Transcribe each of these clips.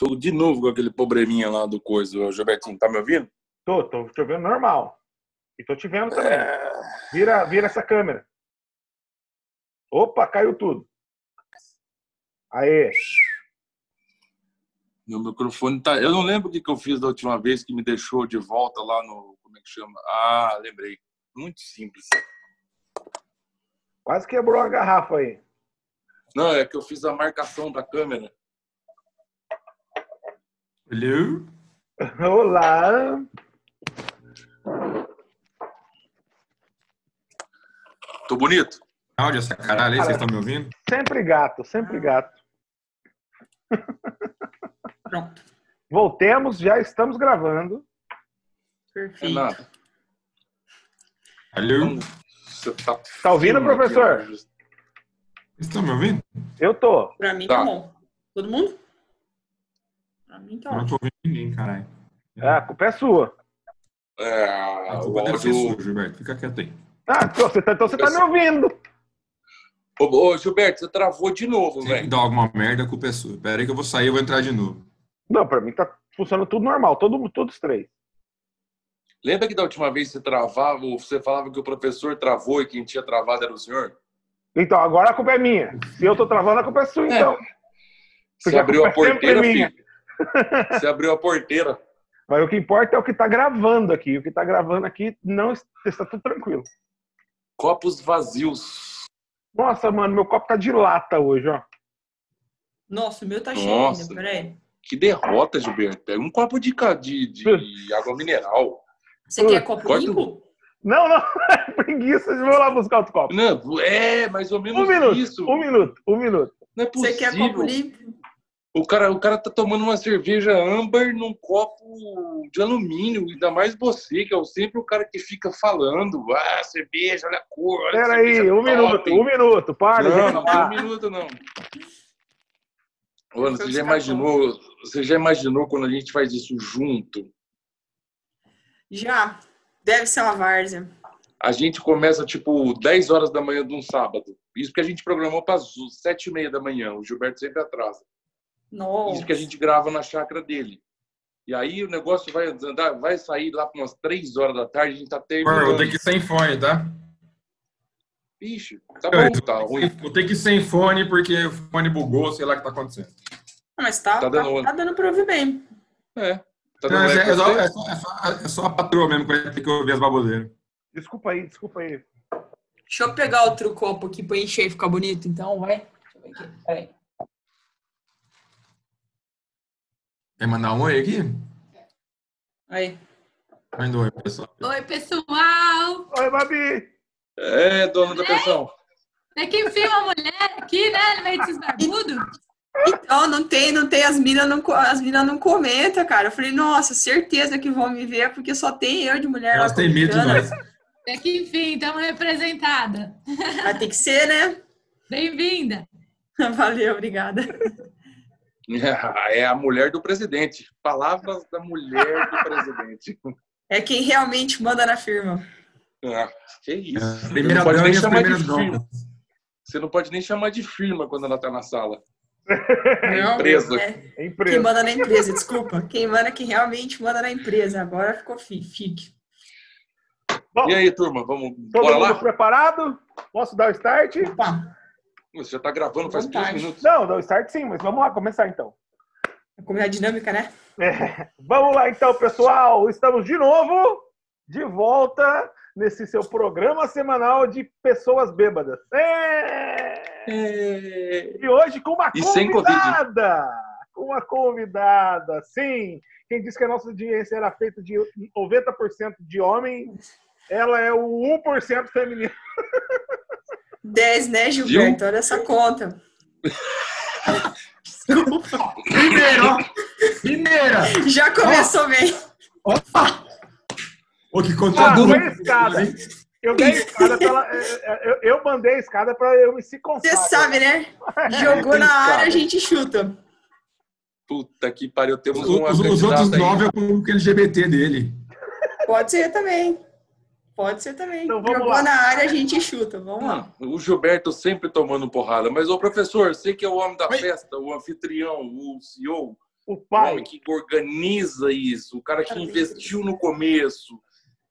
Tô de novo com aquele probleminha lá do coisa. Ô, Gilbertinho, tá me ouvindo? Tô, tô te ouvindo normal. E tô te vendo também. É. Vira, vira essa câmera. Opa, caiu tudo. Aê. Meu microfone tá. Eu não lembro o que, que eu fiz da última vez que me deixou de volta lá no. Como é que chama? Ah, lembrei. Muito simples. Quase quebrou a garrafa aí. Não, é que eu fiz a marcação da câmera. Hello? Olá. Tô bonito? Áudio essa caralho aí, vocês estão me ouvindo? Sempre gato, sempre gato. Pronto. Voltemos, já estamos gravando. Perfeito. Renato, Hello? Então, você tá. Tá ouvindo, professor? Vocês estão me ouvindo? Eu tô. Pra mim Tá. tá, bom. Todo mundo? Pra mim tá Eu não ótimo. tô ouvindo ninguém, caralho. Ah, a culpa é sua. É, Tá A o culpa deve ser áudio. sua, Gilberto. Fica quieto aí. Ah, então você tá, então você tá me ouvindo. Ô, ô, Gilberto, você travou de novo, Se velho. dá alguma merda, a culpa é sua. Pera aí que eu vou sair e vou entrar de novo. Não, pra mim tá funcionando tudo normal, todo, todos três. Lembra que da última vez você travava, ou você falava que o professor travou e quem tinha travado era o senhor? Então, agora a culpa é minha. Se eu tô travando, a culpa é sua, então. Você Porque a abriu a culpa é sempre porteira, minha. filho. Você abriu a porteira. Mas o que importa é o que tá gravando aqui. O que tá gravando aqui não está tudo tranquilo. Copos vazios. Nossa, mano, meu copo tá de lata hoje, ó. Nossa, o meu tá cheio Nossa. ainda, peraí. Que derrota, Gilberto. Pega um copo de, ca- de, de água mineral. Você quer copo Corta o- limpo? Não, não, preguiça, vou lá buscar outro copo. Não, é mais ou Um menos minuto, isso. um minuto, um minuto. Não é Você quer copo possível. limpo? O cara, o cara tá tomando uma cerveja âmbar num copo de alumínio. Ainda mais você, que é o- sempre o cara que fica falando. Ah, cerveja, olha a cor. olha a Peraí, cerveja um é top." minuto, um minuto, para de Não, não tem um reclamar. minuto, não. Ô, Ana, você Foi já buscar imaginou, você já imaginou quando a gente faz isso junto? Já. Deve ser uma várzea. A gente começa tipo 10 horas da manhã de um sábado. Isso que a gente programou para as 7 e meia da manhã. O Gilberto sempre atrasa. Nossa. Isso que a gente grava na chácara dele. E aí o negócio vai andar, vai sair lá para umas 3 horas da tarde, a gente tá Mano, eu vou ter terminando. que ir sem fone, tá? Ixi, tá Eu bom, tá vou ter que- ruim. Vou ter que ir sem fone porque o fone bugou, sei lá o que tá acontecendo. Ah, Mas tá, Tá tá, dando- dando... Tá, dando pra ouvir bem. É. Tá Não, mas dando é, é só, pra é, você? só, é só- é só a patroa mesmo que vai ter que ouvir as baboseiras. Desculpa aí, desculpa aí. Deixa eu pegar outro copo aqui pra encher e ficar bonito, então, vai. Deixa eu ver aqui. Peraí. Quer mandar um oi aqui? Aí. Manda um oi, pessoal. Oi, pessoal! Oi, Babi. É, dona da pensão. É que enfim uma mulher aqui, né? No meio desses barbudos. Então, não tem, não tem, as minas não, co- as mina não comentam, cara. Eu falei, nossa, certeza que vão me ver, porque só tem eu de É, mulher Elas lá têm medo de comentando. nós. É que enfim, estamos representada. Mas tem que ser, né? Bem-vinda! Valeu, obrigada. É a mulher do presidente. Palavras da mulher do presidente. É quem realmente manda na firma. Ah, que isso. Você não Primeira pode dama nem e as chamar de primeiras firma. damas. Você não pode nem chamar de firma quando ela tá na sala. Não, empresa. é É quem empresa. manda na empresa, desculpa. Quem manda é quem realmente manda na empresa. Agora ficou fi- fique. Bom, E aí, turma, vamos todo bora mundo lá? preparado? Posso dar o start? Opa, Você já tá gravando faz Bom 15 time. minutos. Não, dar o start sim, mas vamos lá começar então. como é a dinâmica, né? É, vamos lá então, pessoal. Estamos de novo de volta nesse seu programa semanal de pessoas bêbadas. É! É. E hoje com uma E sem Covid. convidada! Com uma convidada, sim! Quem disse que a nossa audiência era feita de 90% de homem, ela é o 1% feminino. 10, né, Gilberto? Olha essa conta. Desculpa. Primeira! ó. Primeira! Já começou bem. Opa! Ô, que Tá, Ah, conteúdo! foi escada. Eu dei a escada pra ela, é, eu, eu mandei a escada para eu me se Você consagrar. sabe, né? Jogou na área, a gente chuta. Puta que pariu, temos Os, um os- os outros candidata aí. nove é o público LGBT dele. Pode ser também. Pode ser também. Então, vamos Jogou lá. na área, a gente chuta. Vamos lá. Ah, o Gilberto sempre tomando porrada. Mas, ô professor, você que é o homem da Oi. festa, o anfitrião, o CEO, O o pai. homem que organiza isso, o cara que investiu no começo,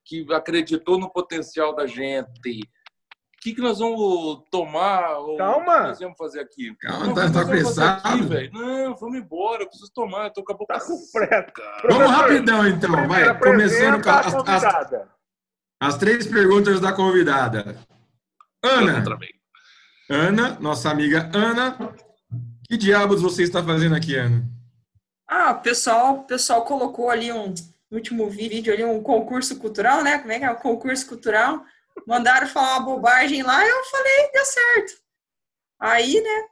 que acreditou no potencial da gente. O que, que nós vamos tomar? ou Calma. O que nós vamos fazer aqui? Calma, Não, tá- o que tá nós vamos fazer aqui, apressado. velho? Não, vamos embora, eu preciso tomar, eu tô com a boca Tá com seca. pressa. Vamos Professor, rapidão, então. primeiro Vai, começando com tá apresenta a as, as- tá convidada. as três perguntas da convidada. né? Ana, Outra vez. Ana, nossa amiga Ana. Que diabos você está fazendo aqui, Ana? Ah, o pessoal, o pessoal colocou ali um no último vi- vídeo ali um concurso cultural, né? Como é que é? Um concurso cultural. Mandaram falar uma bobagem lá, eu falei, deu certo. Aí, né?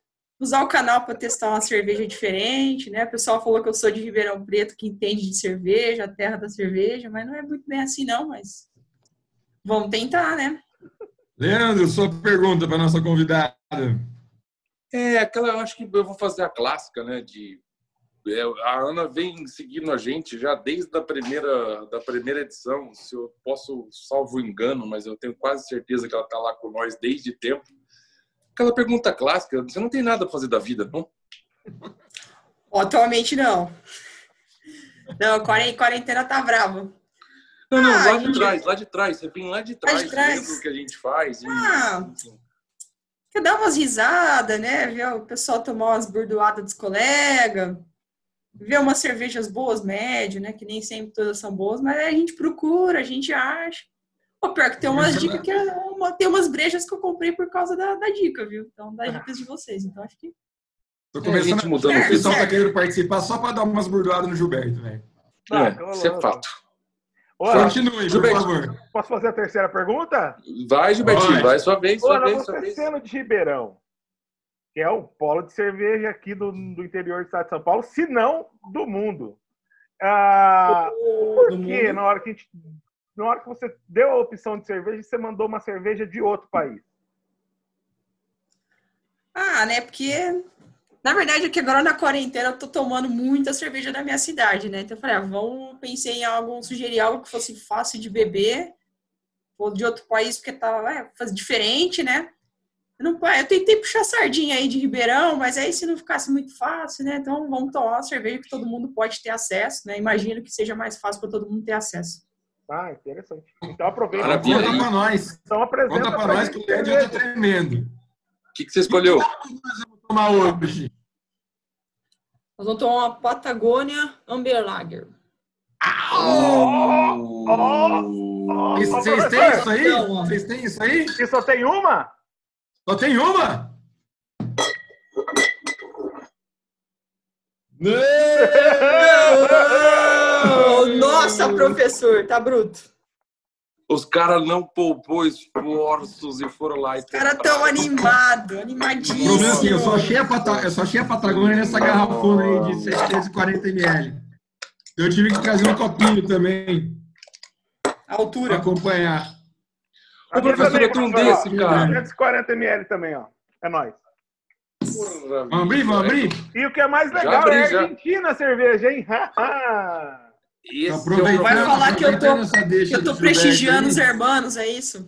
Usar o canal para testar uma cerveja diferente, né? O pessoal falou que eu sou de Ribeirão Preto, que entende de cerveja, a terra da cerveja, mas não é muito bem assim, não. Mas vamos tentar, né? Leandro, sua pergunta para nossa convidada. É, aquela, eu acho que eu vou fazer a clássica, né? De, é, a Ana vem seguindo a gente já desde a primeira, da primeira edição. Se eu posso, salvo engano, mas eu tenho quase certeza que ela está lá com nós desde tempo. Aquela pergunta clássica: você não tem nada para fazer da vida, não? Atualmente não. Não, quaren- quarentena tá brava. Não, não, Ah, lá gente. de trás, lá de trás. Você vem lá de trás, trás. lembra o que a gente faz. e- Ah. Quer dar umas risadas, né? Ver o pessoal tomar umas burdoadas dos colegas. Ver umas cervejas boas, médio, né? Que nem sempre todas são boas, mas aí a gente procura, a gente acha. Ô, pior que tem umas Isso, dicas que eu- uma- tem umas brejas que eu comprei por causa da, da dica, viu? Então, das dicas de vocês. Então, acho que. Tô É, a começando gente a... mudando O o vídeo. pessoal tá querendo participar só para dar umas burdoadas no Gilberto, velho. Tá, É, calma isso é lá. fato. Olha, Continue, por Gilberto. favor. posso fazer a terceira pergunta? Vai, Gilbertinho, Vai. vai, sua vez, sua Ora, vez, sua você é vez. sendo de Ribeirão, que é o polo de cerveja aqui do, do interior do estado de São Paulo, se não do mundo. Ah, por do que mundo. na hora que, a gente- na hora que você deu a opção de cerveja, você mandou uma cerveja de outro país? Ah, né? Porque. Na verdade, é que agora na quarentena eu tô tomando muita cerveja da minha cidade, né? Então eu falei, ah, vamos pensei em algo, sugerir algo que fosse fácil de beber, ou de outro país, porque tava é, faz- diferente, né? Eu, não, eu tentei puxar sardinha aí de Ribeirão, mas aí se não ficasse muito fácil, né? Então vamos tomar uma cerveja que todo mundo pode ter acesso, né? Imagino que seja mais fácil para todo mundo ter acesso. Ah, interessante. Então aproveita. Maravilha. Conta para nós. Então apresenta Conta para pra nós que gente o Leandro é cerveja. está tremendo. O que, que você escolheu? Vou tomar hoje. Nós vamos tomar uma Patagônia Amber Lager. oh, Isso- oh, Vocês têm professor, isso aí? Vocês têm isso aí? E só tem uma? Só tem uma? Oh, nossa, professor, tá bruto. Os caras não poupou esforços e foram lá. e Os caras tão O animados, problema é assim, eu só animadíssimos. achei a, pata... eu só achei a Patagônia nessa garrafona aí de 740 ml. Eu tive que trazer um copinho também para Altura. acompanhar. Ô, professor, eu tenho um desse, cara. 240 ml também, ó. É nóis. Vamos abrir? Vamos abrir? E o que é mais Já legal abri, é a já. Argentina a cerveja, hein? Ah, Esse Aproveitando- é o Vai falar que eu tô- aproveitando essa deixa Eu do tô Gilberto prestigiando aí, os hermanos, é isso?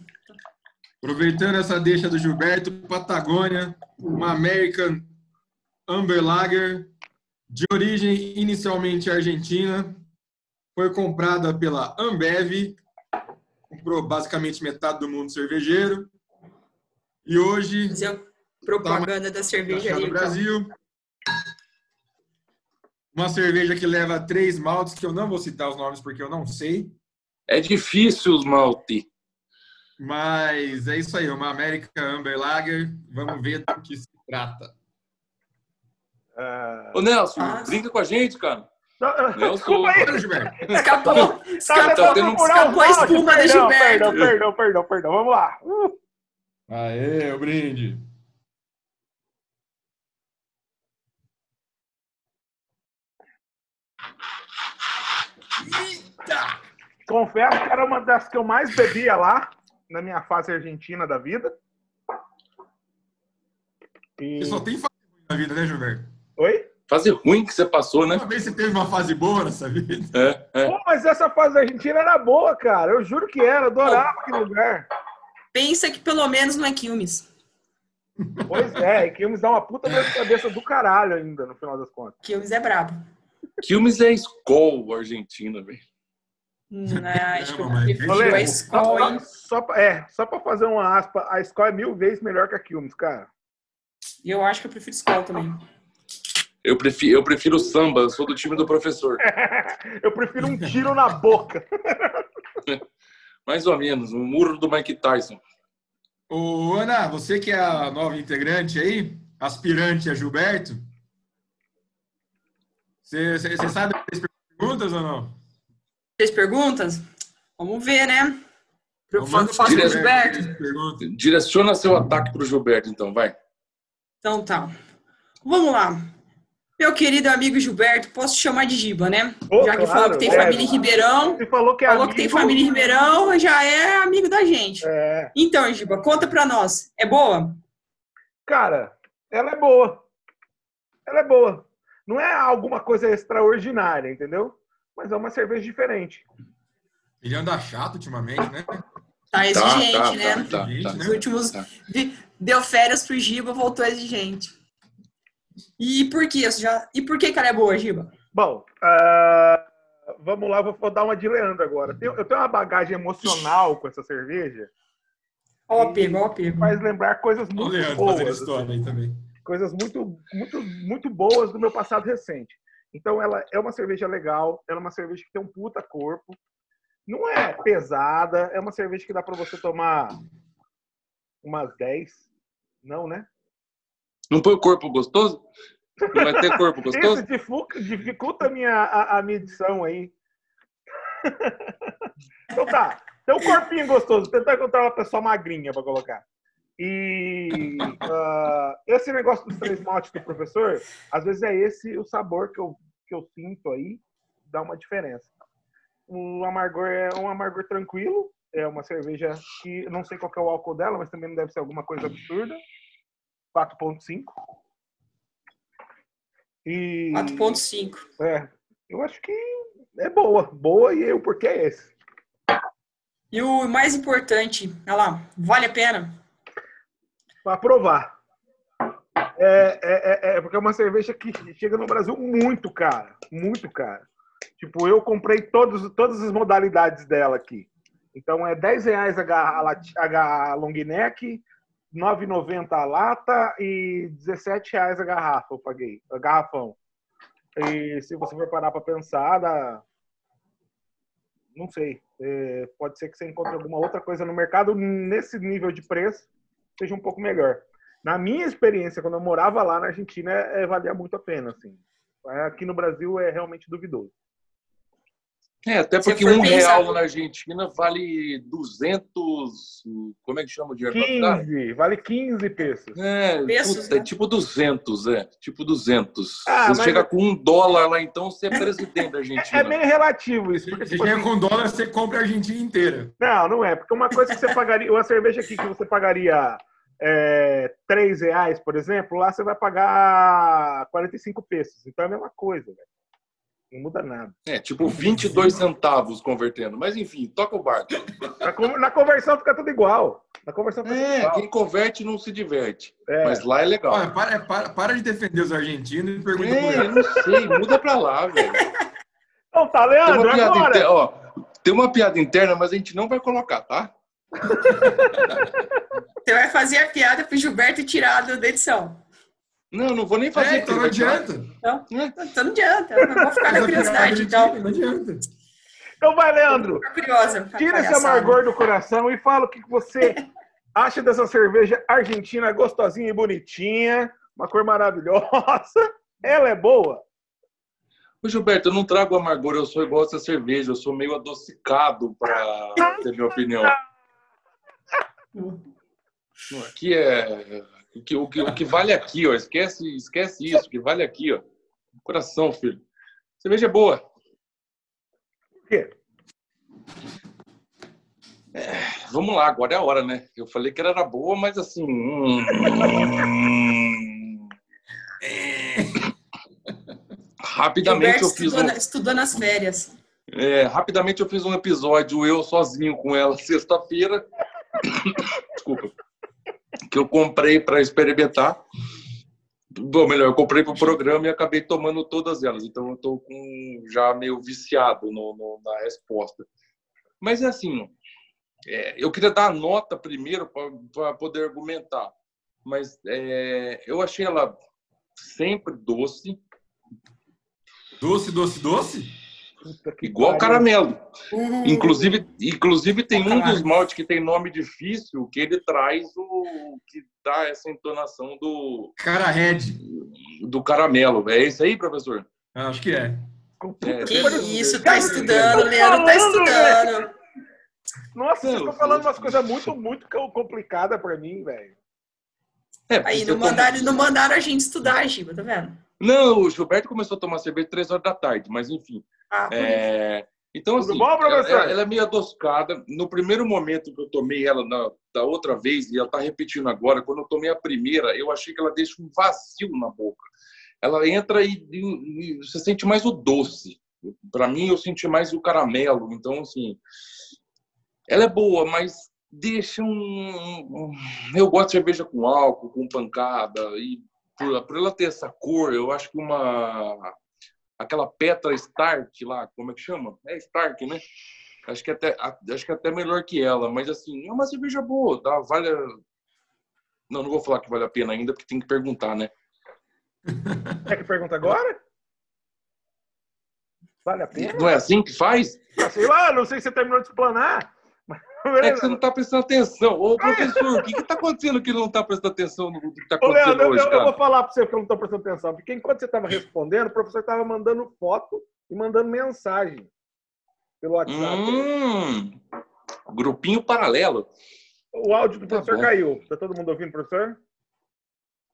Aproveitando essa deixa do Gilberto, Patagônia, uma American Amber Lager, de origem inicialmente argentina, foi comprada pela Ambev, comprou basicamente metade do mundo cervejeiro, e hoje Fazer a propaganda da cerveja então. Achado Tá ali. no Brasil. Uma cerveja que leva três maltes, que eu não vou citar os nomes porque eu não sei. É difícil os malte. Mas é isso aí, uma América Amber Lager. Vamos ver do que se trata. Ô, Nelson, Ah. brinca com a gente, cara. Ah, Nelson. desculpa aí, Olha, Gilberto. Escapou, tá escapou, tentando procurar escapou a espuma da perdão, Gilberto. Perdão, perdão, perdão, perdão. Vamos lá. Uh, Aê, o brinde. Eita! confesso que era uma das que eu mais bebia lá, na minha fase argentina da vida. E- Você só tem fase ruim na vida, né, Gilberto? Oi? Fase ruim que você passou, né? Uma vez você teve uma fase boa nessa vida. É, é. Pô, mas essa fase da Argentina era boa, cara. Eu juro que era. eu Adorava aquele lugar. Pensa que pelo menos não é Quilmes. Pois é, e que me dá uma puta dor de cabeça do caralho ainda, no final das contas. Quilmes é brabo. Quilmes é Skol, Argentina, velho. Hum, né, acho que eu mas prefiro Olê, Só, a Skol, pra- hein? só pra- é, só pra fazer uma aspa, a Skol é mil vezes melhor que a Quilmes, cara. E eu acho que eu prefiro Skol também. Eu prefiro, eu prefiro o samba, eu sou do time do professor. Eu prefiro um tiro na boca. Mais ou menos, o muro do Mike Tyson. Ô, Ana, você que é a nova integrante aí, aspirante a Gilberto, você você- você sabe as três perguntas ou não? Três perguntas? Vamos ver, né? Pro- Manda Faço pro pro Gilberto. três perguntas. Direciona seu ataque pro Gilberto, então, vai. Então tá. Vamos lá. Meu querido amigo Gilberto, posso te chamar de Giba, né? Ô, Já que claro, falou que tem é. família em Ribeirão, Ele falou que é falou que tem amigo- família em Ribeirão, já é amigo da gente. É. Então, Giba, conta pra nós. É boa? Cara, ela é boa. Ela é boa. Não é alguma coisa extraordinária, entendeu? Mas é uma cerveja diferente. Ele anda chato ultimamente, né? Tá exigente, né? tá, tá, Os últimos. Tá. vi- Deu férias pro Giba, voltou exigente. E por que isso já? E por que que ela é boa, Giba? Bom, ah, vamos lá, vou, vou dar uma de Leandro agora. Tenho- eu tenho uma bagagem emocional com essa cerveja, Ó, o apego, ó, o apego. faz lembrar coisas Olha o muito Leandro fazendo boas. assim, história aí também. coisas muito, muito, muito boas do meu passado recente. Então, ela é uma cerveja legal, ela é uma cerveja que tem um puta corpo, não é pesada, é uma cerveja que dá pra você tomar umas 10, não, né? Não põe o corpo gostoso? Não vai ter corpo Isso gostoso? dificulta, dificulta a minha a, a medição aí. então tá, tem um corpinho gostoso, tentar encontrar uma pessoa magrinha pra colocar. E ah, esse negócio dos três malte do professor, às vezes é esse o sabor que eu, que eu sinto aí, dá uma diferença. O amargor é um amargor tranquilo, é uma cerveja que eu não sei qual que é o álcool dela, mas também não deve ser alguma coisa absurda. 4.5. E 4.5. é, eu acho que é boa. Boa e o porquê é esse. E o mais importante, olha lá, vale a pena? Pra provar. É, é, é, é, porque é uma cerveja que chega no Brasil muito cara. Muito cara. Tipo, eu comprei todos, todas as modalidades dela aqui. Então é 10 reais a, garra- a, lati- a, garra- a long neck, 9,90 a lata e 17 reais a garrafa eu paguei, a garrafão. E se você for parar pra pensar, dá- não sei, é, pode ser que você encontre alguma outra coisa no mercado nesse nível de preço, seja um pouco melhor. Na minha experiência, quando eu morava lá na Argentina, é, é, valia muito a pena, assim. Aqui no Brasil é realmente duvidoso. É, até Se porque for um pensar- real na Argentina vale 200. Como é que chama o dinheiro? pra cá? 15, vale 15 pesos. É, Pesos, puta, é né? tipo 200, é. Tipo 200. você Ah, mas- chega com um dólar lá, então você é presidente da É, Argentina. é meio relativo isso. Porque, Você tipo, chega assim, com dólar, você compra a Argentina inteira. não, não é. Porque uma coisa que você pagaria, uma cerveja aqui que você pagaria é, 3 reais, por exemplo, lá você vai pagar 45 pesos. Então é a mesma coisa, velho. Não muda nada. É, tipo 22 centavos convertendo. Mas enfim, toca o barco. Na, con- na conversão fica tudo igual. Na conversão fica tudo É, igual. quem converte não se diverte. É. Mas lá é legal. Olha, para, para, para de defender os argentinos e pergunta por É, eu ele. não sei, muda pra lá, velho. Então tá, Tem uma Leandro, piada então. agora. interna, ó, tem uma piada interna, mas a gente não vai colocar, tá? Você vai fazer a piada pro Gilberto tirar do- da edição. Não, eu não vou nem fazer. É, então não porque vai adianta. Então não adianta, eu vou ficar na Essa curiosidade, piada então. Não adianta. Então vai, Leandro. Fica curiosa. Tira esse palhaçada. amargor do coração e fala o que que você acha dessa cerveja argentina gostosinha e bonitinha. Uma cor maravilhosa. Ela é boa. Ô, Gilberto, eu não trago amargor, eu sou igual a essa cerveja, eu sou meio adocicado pra ter minha opinião. Não, Aqui é. O que, o, que, o que vale aqui, ó. Esquece, esquece isso, o que vale aqui, ó. Coração, filho. Cerveja é boa. Por quê? vamos lá, agora é a hora, né? Eu falei que ela era boa, mas assim. hum. Rapidamente Gilberto eu fiz estudou, um na- estudou nas férias. é, rapidamente eu fiz um episódio eu sozinho com ela sexta-feira. Desculpa. Que eu comprei para experimentar. Bom, melhor, eu comprei pro programa e acabei tomando todas elas. Então eu tô com já meio viciado no, no- na resposta. Mas é assim, é, eu queria dar a nota primeiro para poder argumentar. Mas é, eu achei ela sempre doce, Doce, doce, doce? Puta que igual pariu. caramelo. Uhum. Hum, Inclusive, inclusive tem um Sacanagem. dos malte que tem nome difícil que ele traz o que dá essa entonação do, Cara Red. do caramelo. É isso aí, professor? Acho que é. Puta É, que Que pariu. isso, tá estudando, Tá Leandro, tá falando, estudando. Nossa, vocês estão Não, falando não. umas coisas muito, muito co- complicadas pra mim, velho. É, Aí, porque não eu tomo- mandaram, não mandaram a gente estudar, Giba, tá vendo? Não, o Gilberto começou a tomar cerveja três horas da tarde, mas enfim. Ah, por isso. É, Então, né? Tudo assim, bom, professor? Ela, ela é meio adoscada. No primeiro momento que eu tomei ela na- da outra vez, e ela tá repetindo agora, quando eu tomei a primeira, eu achei que ela deixa um vazio na boca. Ela entra e, e- e você sente mais o doce. Para mim, eu senti mais o caramelo. Então, assim, ela é boa, mas deixa um. um- Eu gosto de cerveja com álcool, com pancada, e por, por ela ter essa cor, eu acho que uma. Aquela Petra Stark lá, como é que chama? É Stark, né? Acho que até, a- acho que é até melhor que ela, mas assim, é uma cerveja boa, tá? Vale. a- Não, não vou falar que vale a pena ainda, porque tem que perguntar, né? Quer que pergunta agora? Vale a pena? Não é assim que faz? Ah, Sei lá, não sei se você terminou de explanar. Mas, É que você não tá prestando atenção. É. Ô, professor, o que que tá acontecendo que não tá prestando atenção no que tá Ô, acontecendo Leandro, eu, hoje, eu- eu cara? vou falar pra você que eu não tô prestando atenção. Porque enquanto você tava respondendo, o professor tava mandando foto e mandando mensagem pelo WhatsApp. Hum, grupinho paralelo. O áudio do Tá professor bom. caiu. Tá todo mundo ouvindo, professor?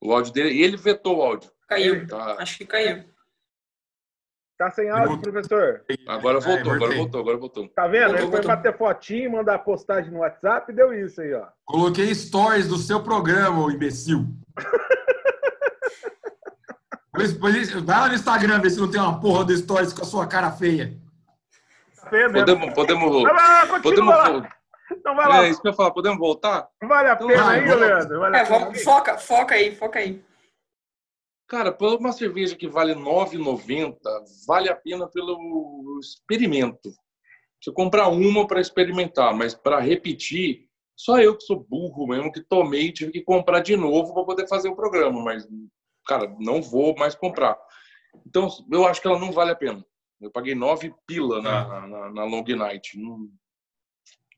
O áudio dele, ele vetou o áudio. Caiu. Tá, Acho que caiu. É, Tá sem áudio, Voltou. professor? agora Ah, voltou, agora voltei. voltou, agora voltou. Tá vendo? Ele Voltou, foi voltou. bater fotinho, mandar postagem no WhatsApp e deu isso aí, ó. Coloquei stories do seu programa, ô imbecil. Pois- pois- Vai lá no Instagram ver se não tem uma porra do stories com a sua cara feia. Tá feio mesmo. Podemos, podemos, Vai lá, continua podemos, lá. Então vai lá. é isso que eu ia falar, podemos voltar? Vale Então a pena vai, aí, vamos. Leandro? Vale a É, pena. vamos- foca, foca aí, foca aí. Cara, por uma cerveja que vale R$ 9,90, vale a pena pelo experimento. Você comprar uma para experimentar, mas para repetir, só eu que sou burro mesmo, que tomei, tive que comprar de novo para poder fazer o programa, mas, cara, não vou mais comprar. Então, eu acho que ela não vale a pena. Eu paguei nove pila Tá. na, na, na Long Night. Não,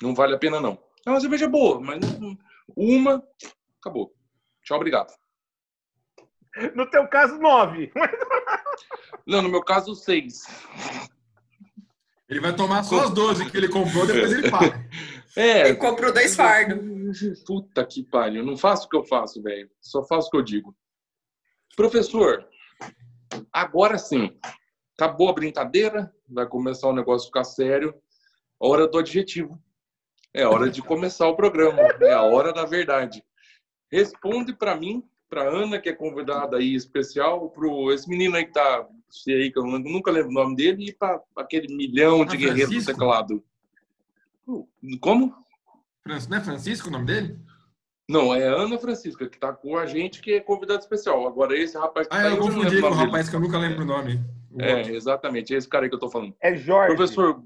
não vale a pena, não. É uma cerveja boa, mas não- uma, acabou. Tchau, obrigado. No teu caso, nove. Não, no meu caso, seis. Ele vai tomar só as 12 que ele comprou, depois ele paga. É, Ele comprou dois fardos. puta que pariu. Não faço o que eu faço, velho. Só faço o que eu digo. Professor, agora sim. Acabou a brincadeira. Vai começar o negócio a ficar sério. Hora do adjetivo. É hora de começar o programa. É a hora da verdade. Responde pra mim, pra Ana, que é convidada aí especial, pro esse menino aí que tá, sei aí, que eu nunca lembro o nome dele, e pra aquele milhão de Ah, guerreiros do Francisco? teclado. Como? Fran- Não é Francisco o nome dele? Não, é a Ana Francisca, que tá com a gente, que é convidado especial. Agora, esse rapaz que Ah, tá eu aí, não lembro confundi com o o nome rapaz que eu nunca lembro o nome. O dele. outro. É, exatamente, é esse cara aí que eu tô falando. É Jorge. Professor,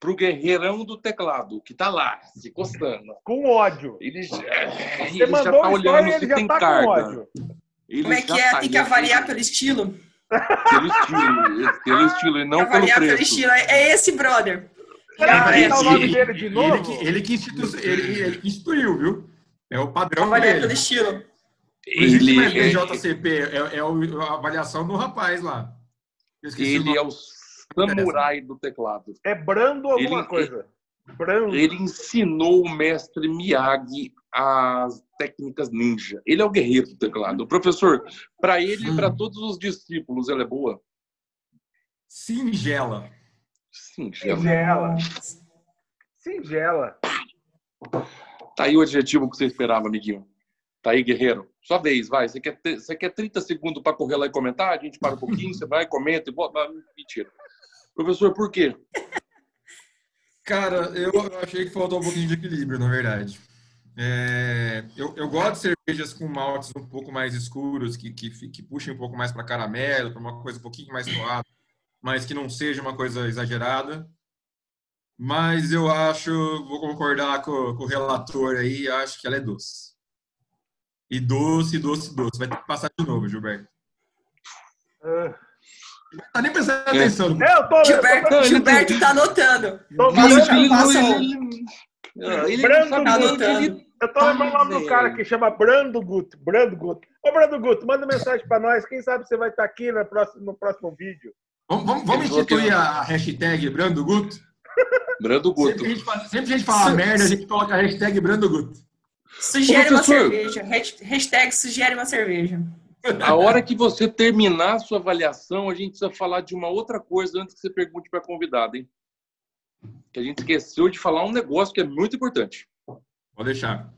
pro guerreirão do teclado, que tá lá, se coçando, Com ódio. ele já, é, ele Você já mandou tá o olhando story e se ele já tem tá carga. com ódio. Ele Como é já que é? tá, Tem ele que já avaliar pelo estilo? Pelo estilo, pelo estilo e não avaliar pelo pelo preço. estilo. É esse, brother. Será que Ele- ele tá o nome dele de ele novo? que- Ele que, institu- ele- ele que instituiu, viu? É o padrão Avaliar dele. pelo estilo. Não existe mais é- BJCP, é, é o- a avaliação do rapaz lá. Eu esqueci o ele nome. é o samurai do teclado. É Brando alguma Ele- coisa. Brando. Ele ensinou o mestre Miyagi as técnicas ninja. Ele é o guerreiro do teclado. O professor, para ele e para todos os discípulos, ela é boa? Singela. Sim, Gela. Singela. Singela. Tá aí o adjetivo que você esperava, amiguinho. Tá aí, guerreiro. Sua vez, vai. Você quer, ter- você quer 30 segundos para correr lá e comentar? A gente para um pouquinho, você vai, comenta e bota. Mentira. Professor, por quê? Cara, eu eu achei que faltou um pouquinho de equilíbrio, na verdade. É, eu, eu gosto de cervejas com maltes um pouco mais escuros, que, que, fi- que puxem um pouco mais para caramelo, para uma coisa um pouquinho mais suada, mas que não seja uma coisa exagerada. Mas eu acho, vou concordar com, com o relator aí, acho que ela é doce. E doce, doce, doce. Vai ter que passar de novo, Gilberto. Ah, É, Não tá nem prestando atenção. Eu tô, eu Gilberto, Gilberto tá anotando. tô, tô, Mas tô, eu- é passa Ah, Brando Tá Não, anotando. eu tô lembrando o nome do cara que chama Brando Guto. Brando Guto. Ô, Brando Guto, manda mensagem pra nós. Quem sabe você vai estar aqui na próxima- no próximo vídeo. Vamos, vamos, vamos Eu vou instituir ter- a hashtag Brando Guto? Brando Guto. Sempre que a gente fala, sempre que a gente fala Su- merda, a gente coloca a hashtag Brando Guto. Sugere Ô, uma professor. cerveja. Hasht- Hashtag sugere uma cerveja. A hora que você terminar a sua avaliação, a gente precisa falar de uma outra coisa antes que você pergunte para a convidada, hein? Que a gente esqueceu de falar um negócio que é muito importante. Vou deixar.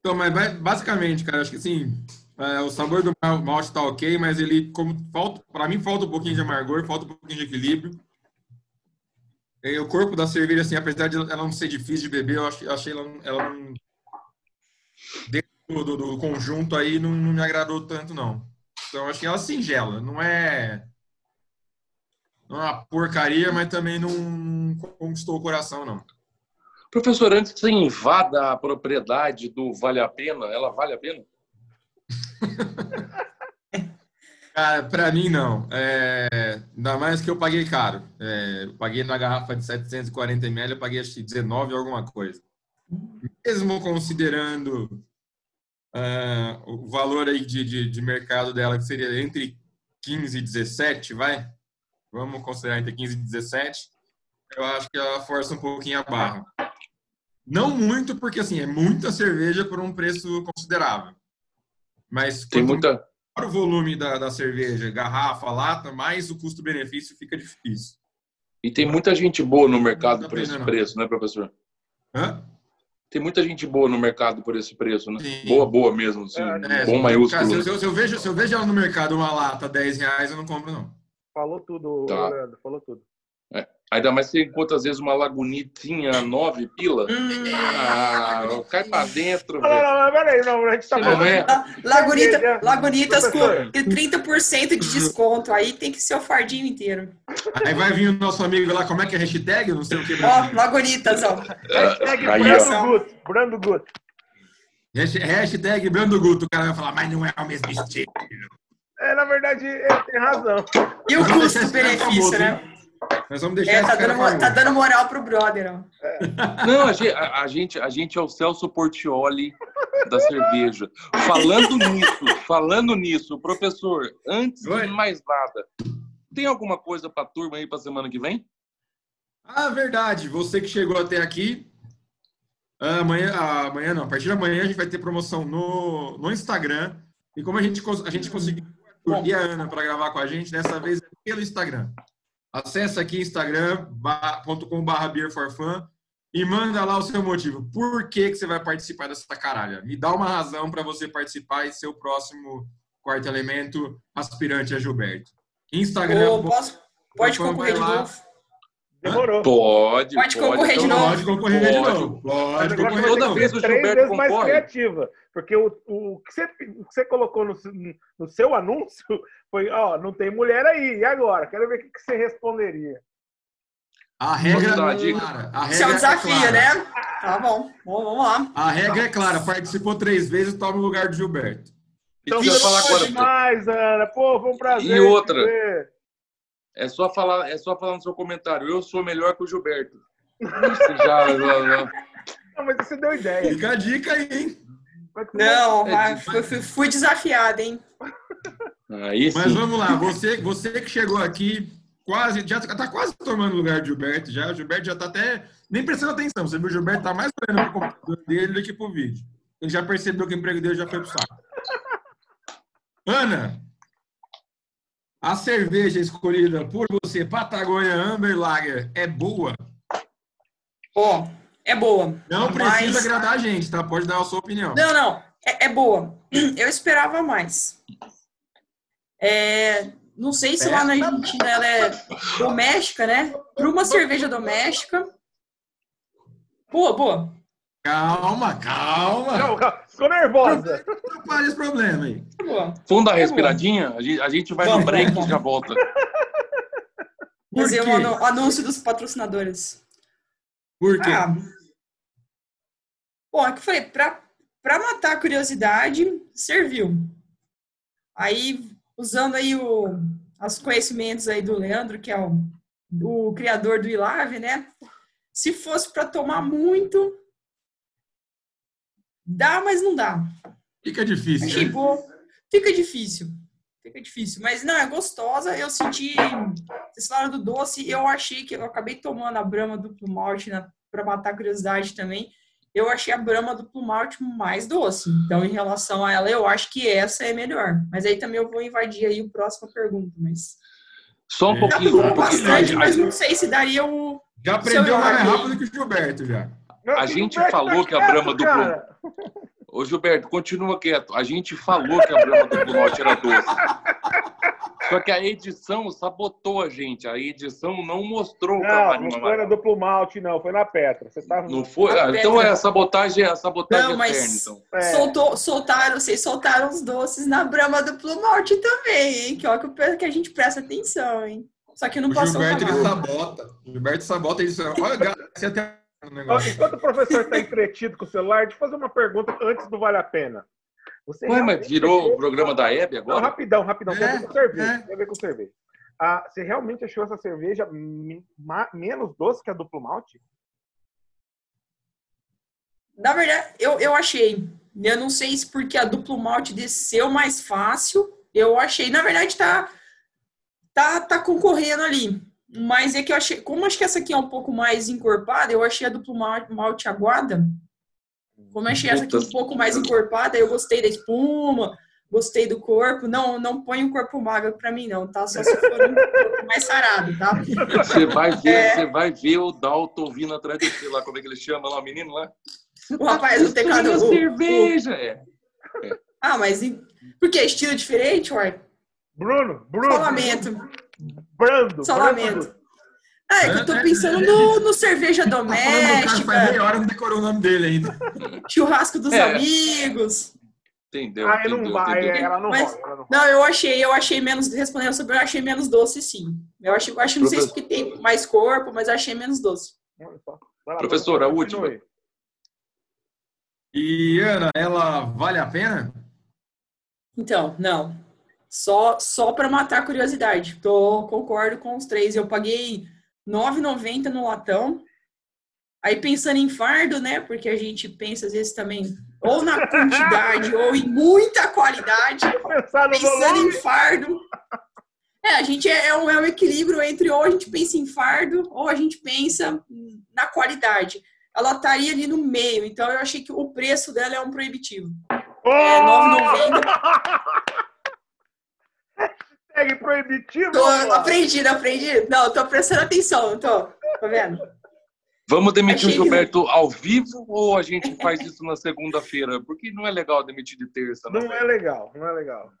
Então, mas ba- basicamente, cara, acho que assim, é, o sabor do mal- malte tá ok, mas ele, como falta, para mim falta um pouquinho de amargor, falta um pouquinho de equilíbrio. E o corpo da cerveja, assim, apesar de ela não ser difícil de beber, eu achei, achei ela, ela não- dentro do, do- do conjunto aí não, não me agradou tanto, não. Então, acho que ela singela, não é, não é uma porcaria, mas também não conquistou o coração, não. Professor, antes que você invada a propriedade do vale a pena, ela vale a pena? Cara, pra mim não. É, ainda mais que eu paguei caro. É, eu paguei na garrafa de 740ml, eu paguei acho que 19 ou alguma coisa. Mesmo considerando ah, o valor aí de, de, de mercado dela, que seria entre 15 e 17, vai? Vamos considerar entre 15 e 17. Eu acho que ela força um pouquinho a barra. Não muito, porque assim, é muita cerveja por um preço considerável. Mas Tem quanto muita. para o volume da, da cerveja, garrafa, lata, mais o custo-benefício fica difícil. E tem muita gente boa no mercado Não por tem, esse não. preço, né, professor? Hã? Tem muita gente boa no mercado por esse preço, né? Sim. Boa, boa mesmo, assim. É, bom Cara, se, eu, maiúsculo. se eu- se eu vejo, se eu vejo ela no mercado uma lata 10 reais, eu não compro, não. Falou tudo, Tá. Orlando. Falou tudo. Ainda mais que você encontra, às vezes, uma lagunitinha, nove pila. Hum. Hum, Ah, cai pra dentro, Não, não, velho. não, mas peraí, não, a gente tá Não falando. é? La- Lagunita, Cerveja. Lagunitas com Professor. 30% de desconto. Aí tem que ser o fardinho inteiro. Aí vai vir o nosso amigo lá, como é que é hashtag? Não sei o que. Ó, Lagunitas, ó. Hashtag Aí, Brando ó. Guto. Brando Guto. Hash- Hashtag Brando Guto. O cara vai falar, mas não é o mesmo estilo. É, na verdade, ele tem razão. E o Vamos deixar esse cara É famoso, custo-benefício, né? Nós vamos deixar É, esse tá cara dando, mo- famoso. tá dando moral pro brother, ó. Não, a gente, a, a gente, a gente é o Celso Portioli da cerveja. Falando nisso, falando nisso, professor, antes de Oi. mais nada, tem alguma coisa pra turma aí pra semana que vem? Ah, verdade. Você que chegou até aqui. Amanhã, ah, amanhã não, a partir de amanhã a gente vai ter promoção no, no Instagram. E como a gente, cons- a gente conseguiu o Arthur e a Ana para gravar com a gente, dessa vez é pelo Instagram. Acesse aqui instagram.com.br beerforfan e manda lá o seu motivo. Por que, que você vai participar dessa caralha? Me dá uma razão para você participar e ser o próximo quarto elemento aspirante a Gilberto. Instagram. Ô, posso- pode Então, concorrer de vai lá. novo. Demorou. Pode, Pode concorrer de então, novo. Pode concorrer de Pode. novo. Pode Agora concorrer você de Toda tem novo. vez que o ser três Gilberto vezes mais concorre. criativa. Porque o, o, que, você, o que você colocou no, no seu anúncio foi, ó, não tem mulher aí. E agora? Quero ver o que, que você responderia. A regra, Posso dar uma é dica? um clara. A Esse é regra o desafio, clara. né? Tá bom. Bom, vamos lá. A regra é clara. Participou três vezes, toma o lugar do Gilberto. Então, Deixa eu você falar não agora. pode mais, Ana. Pô, foi um prazer. E outra. te ver. É só falar, é só falar no seu comentário. Eu sou melhor que o Gilberto. Isso já, já, já. Não, mas você deu ideia. Fica a dica aí, hein? Mas que Não, É mas demais. fui, fui desafiada, hein? Aí Mas sim. vamos lá. Você, você que chegou aqui, quase, já tá quase tomando o lugar do Gilberto. Já. O Gilberto já tá até nem prestando atenção. Você viu, o Gilberto tá mais olhando pro computador dele do que pro vídeo. Ele já percebeu que o emprego dele já foi pro saco. Ana, a cerveja escolhida por você, Patagônia Amber Lager, é boa? Ó, é boa. Não Mas- precisa agradar a gente, tá? Pode dar a sua opinião. Não, não. É, é boa. Eu esperava mais. É, não sei se lá na Argentina ela é doméstica, né? Para uma cerveja doméstica. Boa, boa. Calma, calma. Não, calma, ficou nervosa. Não pare esse problema aí. Boa. Vamos dar uma É bom. respiradinha? A gente, a gente vai Vamos, no break vamos, e já volta. Por Fazer quê? um anu- anúncio dos patrocinadores. Por quê? Ah, bom, é que eu falei, pra, pra matar a curiosidade, serviu. Aí, usando aí o, os conhecimentos aí do Leandro, que é o, o criador do Ilave, né? Se fosse pra tomar muito, dá, mas não dá. Fica difícil. né? Tipo, fica difícil. Fica difícil. Mas não, é gostosa. Eu senti. Vocês falaram do doce, eu achei que. Eu acabei tomando a brama duplo malte na, pra matar a curiosidade também. Eu achei a brama duplo malte mais doce. Então, em relação a ela, eu acho que essa é melhor. Mas aí também eu vou invadir aí a próxima pergunta. Mas. Só um É. Já pouquinho. né? tomou porque a bastante, gente- mas não sei se daria um o. Já aprendeu Seu mais Jorge. rápido que o Gilberto já. Meu A filho, gente o Beto falou que a Brahma quieto, do tá cara. Ô, Gilberto, continua quieto. A gente falou que a Brahma do Norte era doce. Só que a edição sabotou a gente. A edição não mostrou o Não, cavalinho não foi na amarelo. duplo malte, não. Foi na Petra. Você tá tava... Não foi? Na Ah, então pedra. é a sabotagem, é a sabotagem Não, mas- eterna, então. É. Soltou, soltaram, vocês soltaram os doces na brama duplo malte também, hein? Que ó, que, eu- que a gente presta atenção, hein? Só que não O passou tá Gilberto ele mal. sabota. O Gilberto sabota ele. fala, Olha, galera, você até. o Ó, negócio." Enquanto o professor está entretido com o celular, deixa eu fazer uma pergunta antes do Vale a Pena. Você Ué, mas realmente virou o achou- programa da Hebe Não, agora? rapidão, rapidão. Tem a ver É, com cerveja. é. Tem a ver com cerveja. Ah, você realmente achou essa cerveja me- ma- menos doce que a duplo malte? Na verdade, eu, eu achei. né? Eu não sei se porque a duplo malte desceu mais fácil. Eu achei. Na verdade, tá, tá, tá concorrendo ali. Mas é que eu achei. Como acho que essa aqui é um pouco mais encorpada, eu achei a duplo mal- malte aguada. Como eu achei essa aqui um Puta. pouco mais encorpada, eu gostei da espuma, gostei do corpo. Não, não põe o corpo magro pra mim, não, tá? Só se for um corpo mais sarado, tá? Você vai ver, É. você vai ver o Dalton vindo atrás de você lá, como é que ele chama lá, o menino lá? O rapaz do teclado. Minha o- o- cerveja! É. Ah, mas. em- Porque é estilo diferente, uai. Bruno, Bruno. Só lamento. Brando. Só Brando. lamento. Ah, é que eu tô pensando no, no cerveja Tá falando do cara, faz doméstica, meia hora não decorou o nome dele ainda. churrasco dos É. amigos. Entendeu? Ah, entendeu, não vai. entendeu. Ela não Mas- rola. Ela não rola. Não, eu achei, eu achei menos, respondendo sobre, eu achei menos doce, sim. Eu acho, eu acho que não sei se porque tem mais corpo, mas eu achei menos doce. Olha só. Vai lá, Professor, a continue. E Ana, ela vale a pena? Então, não. Só só para matar a curiosidade. Tô concordo com os três. Eu paguei R$ 9,90 no latão. Aí pensando em fardo, né? Porque a gente pensa às vezes também ou na quantidade ou em muita qualidade. Pensar no Pensando em volume. fardo. É, a gente é, é um, é um equilíbrio entre ou a gente pensa em fardo ou a gente pensa na qualidade. Ela estaria ali no meio, então eu achei que o preço dela é um proibitivo. É Oh! 9,90. Segue proibitivo. Tô mano. aprendi, aprendi. Não, tô prestando atenção, não tô. Tá vendo? Vamos demitir Achei o que- Gilberto ao vivo ou a gente faz isso na segunda-feira? Porque não é legal demitir de terça, né? Não é legal, não é legal.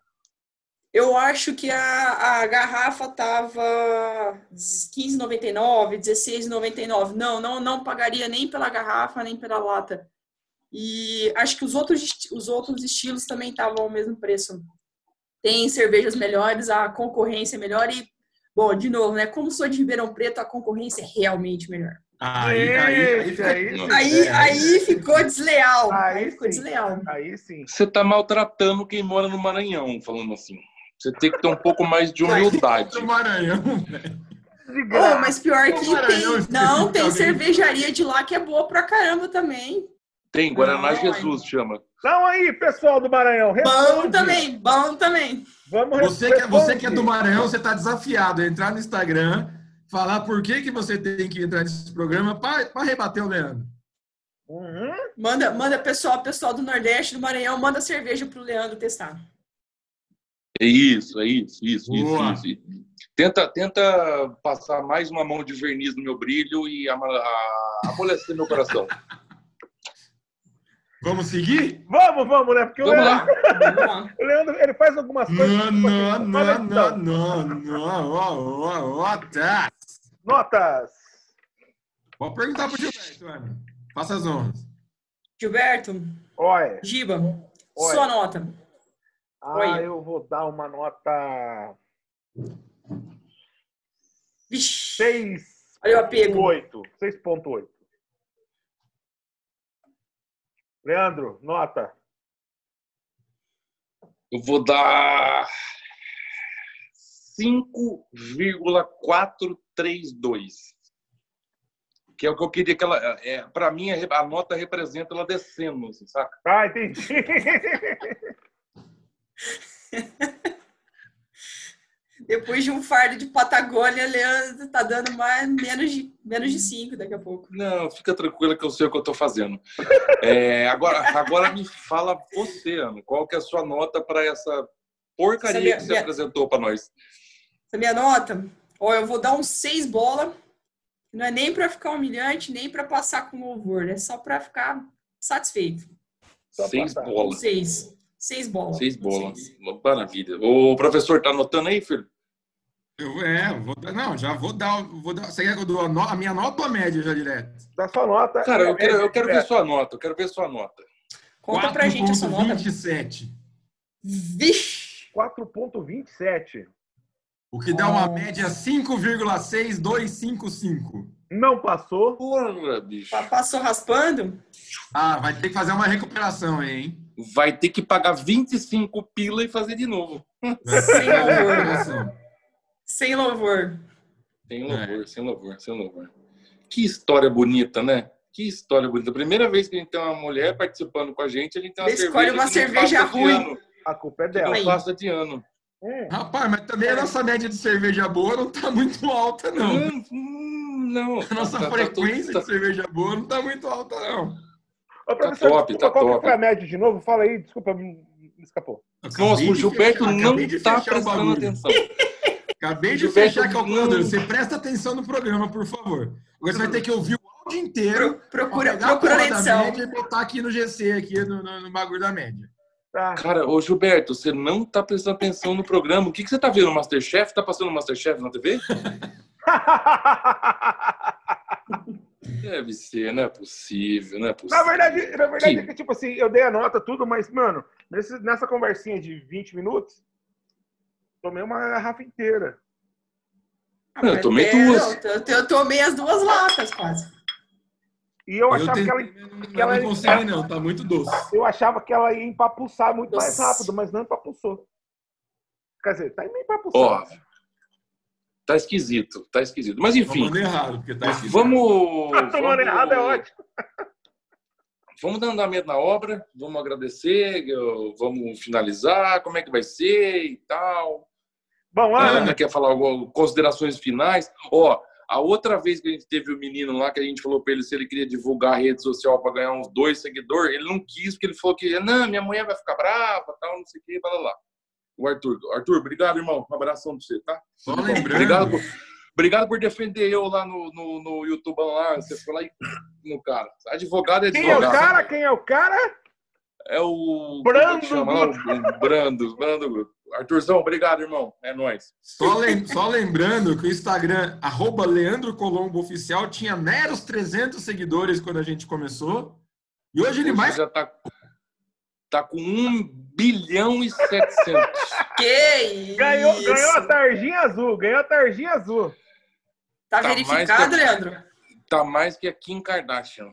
Eu acho que a, a garrafa tava 15,99, 16,99. Não, não, não pagaria nem pela garrafa, nem pela lata. E acho que os outros, esti- os outros estilos também estavam ao mesmo preço. Tem cervejas melhores, a concorrência é melhor e, bom, de novo, né? Como sou de Ribeirão Preto, a concorrência é realmente melhor. Aí, aí, aí, Esse fica- aí, sim. Aí, É, aí ficou desleal. Aí Aí ficou sim. desleal. Aí sim. Você tá maltratando quem mora no Maranhão, falando assim. Você tem que ter um pouco mais de humildade. Do Maranhão. De Oh, graça. mas pior Ô, que Maranhão, tem. Não, esqueci tem alguém. cervejaria de lá que é boa pra caramba também. Tem, Guaraná Não, Jesus chama. Então aí, pessoal do Maranhão, responde. Bom também, bom também. Vamos Você que, é- responde. você que é do Maranhão, você está desafiado a entrar no Instagram, falar por que, que você tem que entrar nesse programa para rebater o Leandro. Uhum. Manda, manda pessoal, pessoal do Nordeste, do Maranhão, manda cerveja pro Leandro testar. É isso, é isso, isso, Boa. isso, isso. Tenta, tenta passar mais uma mão de verniz no meu brilho e ama- a- amolecer meu coração. Vamos seguir? Vamos, vamos, né? Porque o Vamos Leandro, lá. Vamos lá. o Leandro, ele faz algumas coisas. Não, não, não, então, então. não, não, não, ó, ó, ó, tá. Notas. Vou perguntar pro Gilberto, Ana. Faça as honras. Gilberto, Olha, Giba, Oi. sua nota. ah, Oi. eu vou dar uma nota Vixe, 6.8. olha o apego. 6.8. Leandro, nota. Eu vou dar 5,432. Que é o que eu queria que ela. É, para mim, a re- a nota representa ela descendo, assim, saca? Ah, entendi. Depois de um fardo de Patagônia, Leandro tá dando mais, menos, de, menos de cinco daqui a pouco. Não, fica tranquila que eu sei o que eu tô fazendo. É, agora, agora me fala você, Ana, qual que é a sua nota para essa é porcaria que Sabia- você apresentou para nós? Essa minha nota, ó, eu vou dar um seis bola. Não é nem pra ficar humilhante, nem pra passar com louvor, é só pra ficar satisfeito. Só Seis passar. Um bolas. seis. Seis bola. Seis Um bolas. seis. Maravilha. O professor tá anotando aí, filho? Eu vou- é, eu vou dar- não, já vou dar, vou dar. Você quer que eu dou a, no- a minha nota ou a média já direto? Dá sua nota. Cara, eu quero, eu quero ver É, sua nota. Eu quero ver sua nota. Conta pra gente a sua nota. 4.27, É, Vixe! 4.27. O que dá uma Nossa. média 5,6255. Não passou. Porra, bicho. Pa- Passou raspando? Ah, vai ter que fazer uma recuperação aí, hein? Vai ter que pagar 25 pila e fazer de novo. Sem louvor. Recuperação. Sem louvor. Sem É. louvor, sem louvor, sem louvor. Que história bonita, né? Que história bonita. Primeira vez que a gente tem uma mulher participando com a gente, a gente tem uma Ele escolhe uma cerveja cerveja que não ruim. passa de ano, A culpa é que dela. Não passa de ano. Hum. Rapaz, mas também a nossa média de cerveja boa não tá muito alta, não. Hum, hum, não. A nossa Tá- tá frequência tudo- de cerveja boa não tá muito alta, não. Ô, professor, top, desculpa, tá qual que top. foi a média de novo? Fala aí, desculpa, me me escapou. Nossa, Acabei o de Gilberto fechar- não acabei de tá fechar o prestando bagulho. atenção. Acabei de Gilberto, fechar a calculadora. não. Você presta atenção no programa, por favor. Agora você vai ter que ouvir o áudio inteiro. Pro- procura, pegar a procura na porra da edição. média e botar aqui no GC, aqui no, no- no bagulho da média. Tá. Cara, ô Gilberto, você não tá prestando atenção no programa. O que, que você tá vendo? Masterchef? Tá passando Masterchef na TV? Ah. Deve ser, não é possível, não é possível. na verdade, na verdade é que, tipo assim, eu dei a nota, tudo, mas, mano, nesse- nessa conversinha de 20 minutos, tomei uma garrafa inteira. Não, eu tomei É, duas. não, eu, eu tomei as duas latas quase. E eu achava, que ela, tentei, mas não- mas que ela- não consegui, não. Tá muito doce. eu achava que ela ia empapuçar muito mais Nossa. rápido, mas não empapuçou. Quer dizer, tá indo Ó, empapuçando. tá esquisito, tá esquisito. Mas enfim, Tomando errado, porque tá aqui. vamos. né? Tá tomando vamos- errado, é ótimo. Vamos dar andamento na obra, vamos agradecer, eu- vamos finalizar, como é que vai ser e tal. Bom, A Ana, Ana quer falar alguma considerações finais? Ó, a outra vez que a gente teve o menino lá, que a gente falou pra ele se ele queria divulgar a rede social pra ganhar uns dois seguidores, ele não quis, porque ele falou que, não, minha mulher vai ficar brava, tal, não sei o que, blá blá blá. O Arthur, Arthur, obrigado, irmão. Um abração pra você, tá? Só Tudo bom. lembrando. Obrigado por, obrigado por defender eu lá no, no, no YouTube lá. Você foi lá e no cara. Advogado é quem é o advogado. cara? Quem é o cara? É o. Brando Como é que chama lá? O Brando. Brando. Arthurzão, obrigado, irmão. É nóis. Só, lem- só lembrando que o Instagram, arroba Leandro Colombo Oficial, tinha meros 300 seguidores quando a gente começou. E hoje ele Hoje mais já tá, tá com 1 bilhão e 700. Que isso! Ganhou, ganhou a tarjinha azul, ganhou a tarjinha azul. Tá Tá verificado, mais que- Leandro? tá mais que a Kim Kardashian.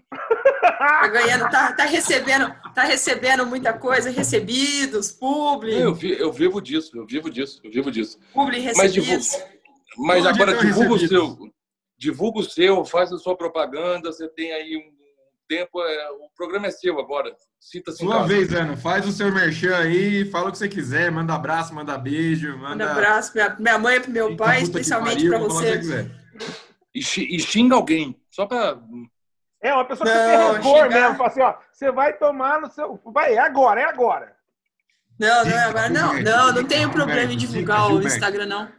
Tá ganhando, tá, tá recebendo, tá recebendo muita coisa, recebidos, publi, Eu, vi- eu vivo disso, eu vivo disso, eu vivo disso. publi Mas divul- recebidos. Mas Onde é agora estão divulga o recebidos? seu. Divulga o seu, faz a sua propaganda, você tem aí um tempo. é, o programa é seu agora. Sinta-se em Sua casa. vez, né? Ana. Faz o seu merchan aí, fala o que você quiser, manda abraço, manda beijo, Manda manda. Um abraço pra minha mãe, pro meu Eita, puta pai, que especialmente pariu, pra fala o é que você. quiser. E, xi- e xinga alguém. Só pra. É, uma pessoa que Não, tem rancor xingar. mesmo. Fala assim, ó, você vai tomar no seu... Vai, é agora, é agora. Não, não, Dica, agora não, Gilberto, não, não dica, tenho problema Gilberto, em divulgar dica, o Gilberto. Instagram, não.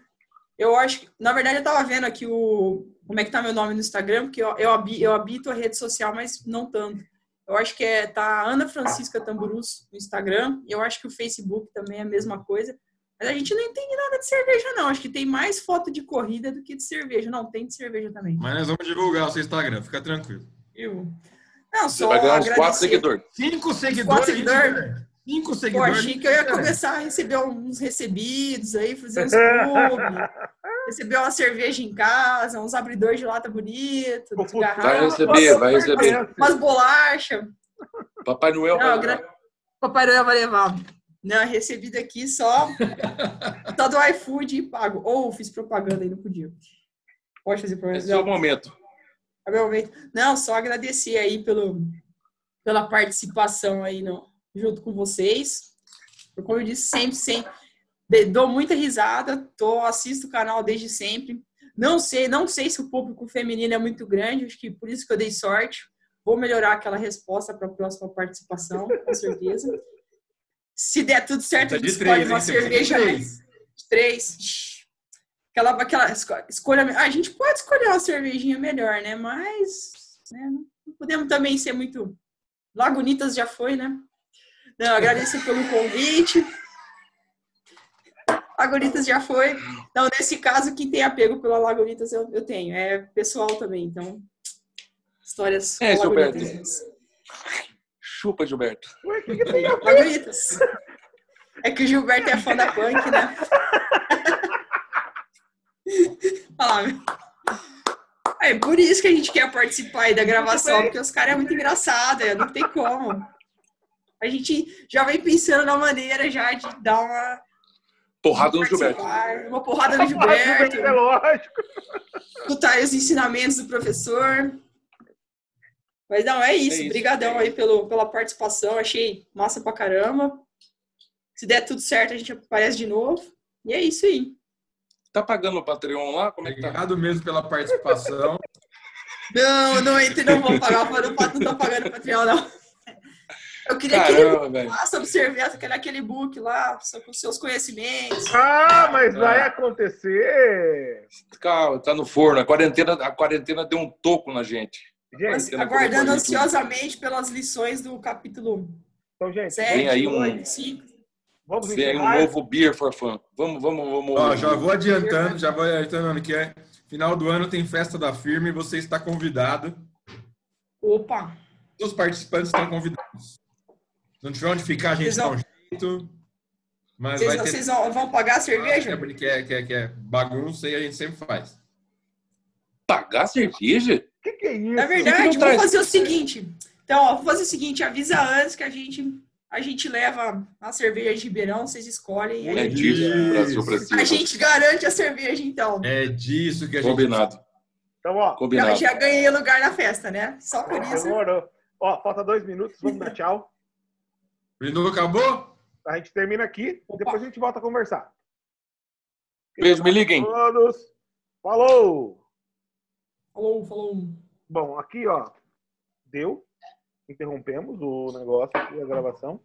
Eu acho que, na verdade, eu tava vendo aqui o como é que tá meu nome no Instagram, porque eu, eu, habi- eu habito a rede social, mas não tanto. Eu acho que é, tá Ana Francisca Tamburus no Instagram, e eu acho que o Facebook também é a mesma coisa. Mas a gente não entende nada de cerveja, não. Acho que tem mais foto de corrida do que de cerveja. Não, tem de cerveja também. Mas nós vamos divulgar o seu Instagram, fica tranquilo. Eu. Não, Você só vai ganhar uns agradecer. quatro seguidores. Cinco seguidores. Quatro seguidores. gente, né? Cinco assim, Pô, seguidores. achei que eu ia gente, começar a receber uns recebidos aí, fazer uns clubes, receber uma cerveja em casa, uns abridores de lata bonito, O uns futuro- Vai garrafas, receber, vai receber. umas bolachas. Papai Noel Não, vai gra- Papai Noel vai levar. Não, recebi daqui só, só do iFood e pago. Ou fiz propaganda aí, não podia. Pode Esse fazer é propaganda. o momento. É meu momento. Não, só agradecer aí pelo, pela participação aí no, junto com vocês. Como eu disse, sempre, sempre de- dou muita risada, tô, assisto o canal desde sempre. Não sei, não sei se o público feminino é muito grande, acho que por isso que eu dei sorte. Vou melhorar aquela resposta para a próxima participação, com certeza. Se der tudo certo, a Tá gente de escolhe três, hein? uma Você precisa de cerveja três. três. Aquela, aquela esco- escolha. A gente pode escolher uma cervejinha melhor, né? Mas né, não podemos também ser muito. Lagunitas já foi, né? Não, agradecer pelo convite. Lagunitas já foi. Não, nesse caso, quem tem apego pela Lagunitas eu, eu tenho. É pessoal também, então. Histórias É, com Gilberto. Lagunitas. Chupa, Gilberto. Ué, que que tem a- Lagunitas. É que o Gilberto é fã da punk, né? Olha lá, meu. É por isso que a gente quer participar aí da gravação, porque os caras é muito engraçado, é, não tem como. A gente já vem pensando na maneira já de dar uma Porrada no um Gilberto. participar, uma porrada no Gilberto, É Gilberto, lógico. escutar aí os ensinamentos do professor. Mas não, é É isso. isso. Obrigadão aí pelo, pela participação, achei massa pra caramba. Se der tudo certo, a gente aparece de novo. E é isso aí. Tá pagando o Patreon lá? Como é que tá? Obrigado mesmo pela participação. Não, não entre, não vou pagar, eu não, pago- não tô pagando Patreon, não. Eu queria aquele book Caramba, velho. lá sobre cerveja, que era aquele book lá, só com seus conhecimentos. Ah, mas vai Ah. acontecer. Calma, tá no forno. A quarentena, a quarentena deu um toco na gente. Gente, Mas entendo como aguardando pode- ansiosamente pelas lições do capítulo então, gente, 7, Vem aí um- 8, 5. vamos Vem aí um encerrar. novo Beer for Fun. Vamos, vamos, vamos. Ó, já vou adiantando, já vou adiantando que é final do ano tem festa da firma e você está convidado. Opa! Os participantes estão convidados. Se não tiver onde ficar, a gente Vocês dá vão- um jeito. Mas Vocês, vai ter vocês vão, vão pagar a cerveja? porque que é, que é, que é bagunça e a gente sempre faz. Pagar cerveja? O que, que é isso? Na Por verdade, que não traz? vamos fazer o seguinte. Então, ó, vamos fazer o seguinte, avisa antes que a gente, a gente leva a cerveja de Ribeirão, vocês escolhem. É aí disso. Isso. Brasil, Brasil. a gente garante a cerveja, então. É disso que a gente. Combinado, Então, ó, Já, combinado. já ganhei lugar na festa, né? Só por Ah, isso. demorou. Ó, falta dois minutos, vamos dar tchau. Brindou, acabou? A gente termina aqui, depois a gente volta a conversar. Beijo, me liguem. Todos. Falou! Falou, um, falou. Bom, aqui, ó, deu. Interrompemos o negócio aqui, a gravação.